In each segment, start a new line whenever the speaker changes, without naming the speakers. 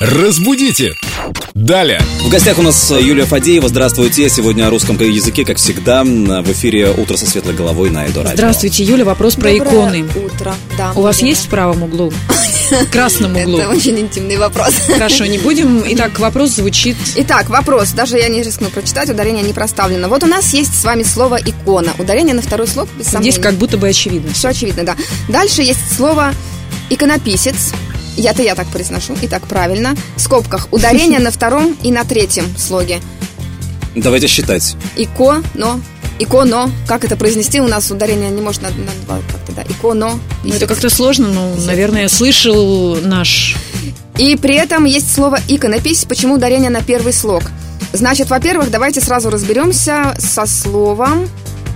Разбудите! Далее!
В гостях у нас Юлия Фадеева. Здравствуйте. Сегодня о русском языке, как всегда, в эфире «Утро со светлой головой» на Эдо Радио.
Здравствуйте, Юля. Вопрос про
Доброе
иконы.
утро. Да,
У вас
Марина.
есть в правом углу? В красном углу?
Это очень интимный вопрос.
Хорошо, не будем. Итак, вопрос звучит...
Итак, вопрос. Даже я не рискну прочитать, ударение не проставлено. Вот у нас есть с вами слово «икона». Ударение на второй слог, без сомнений.
Здесь как будто бы очевидно.
Все очевидно, да. Дальше есть слово «иконописец». Я-то я так произношу, и так правильно. В скобках. Ударение на втором и на третьем слоге.
Давайте считать.
Ико, но... Иконо. Как это произнести? У нас ударение не может на, на два как-то, да. Иконо.
Ну, это как-то сложно, но, наверное, слышал наш...
И при этом есть слово «иконопись», почему ударение на первый слог. Значит, во-первых, давайте сразу разберемся со словом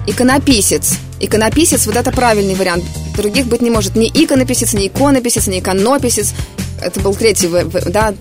«иконописец». Иконописец – вот это правильный вариант. Других быть не может. Ни иконописец, ни иконописец, ни иконописец. Это был третий в- в- да,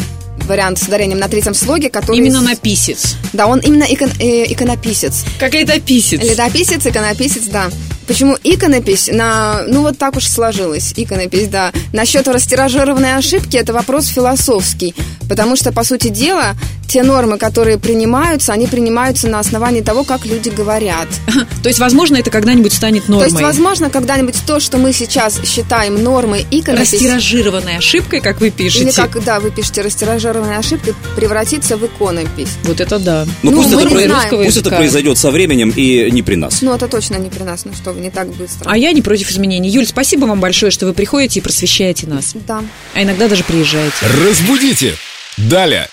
вариант с ударением на третьем слоге, который...
Именно на писец.
Да, он именно икон- э, иконописец.
Какая-то писец.
Летописец, иконописец, да. Почему иконопись? На... Ну, вот так уж сложилось, иконопись, да. Насчет растиражированной ошибки – это вопрос философский. Потому что, по сути дела, те нормы, которые принимаются, они принимаются на основании того, как люди говорят.
То есть, возможно, это когда-нибудь станет
То
нормой.
есть, возможно, когда-нибудь то, что мы сейчас считаем нормой иконопись,
Растиражированной ошибкой, как вы пишете.
или как, да, вы пишете растиражированной ошибкой, превратится в иконопись.
Вот это да.
Ну,
Ну,
пусть,
мы
это,
не
произ-
знаем.
пусть это
Языка.
произойдет со временем и не при нас.
Ну, это точно не при нас, ну что вы, не так быстро.
А я не против изменений. Юль, спасибо вам большое, что вы приходите и просвещаете нас.
Да.
А иногда даже приезжаете.
Разбудите! Далее!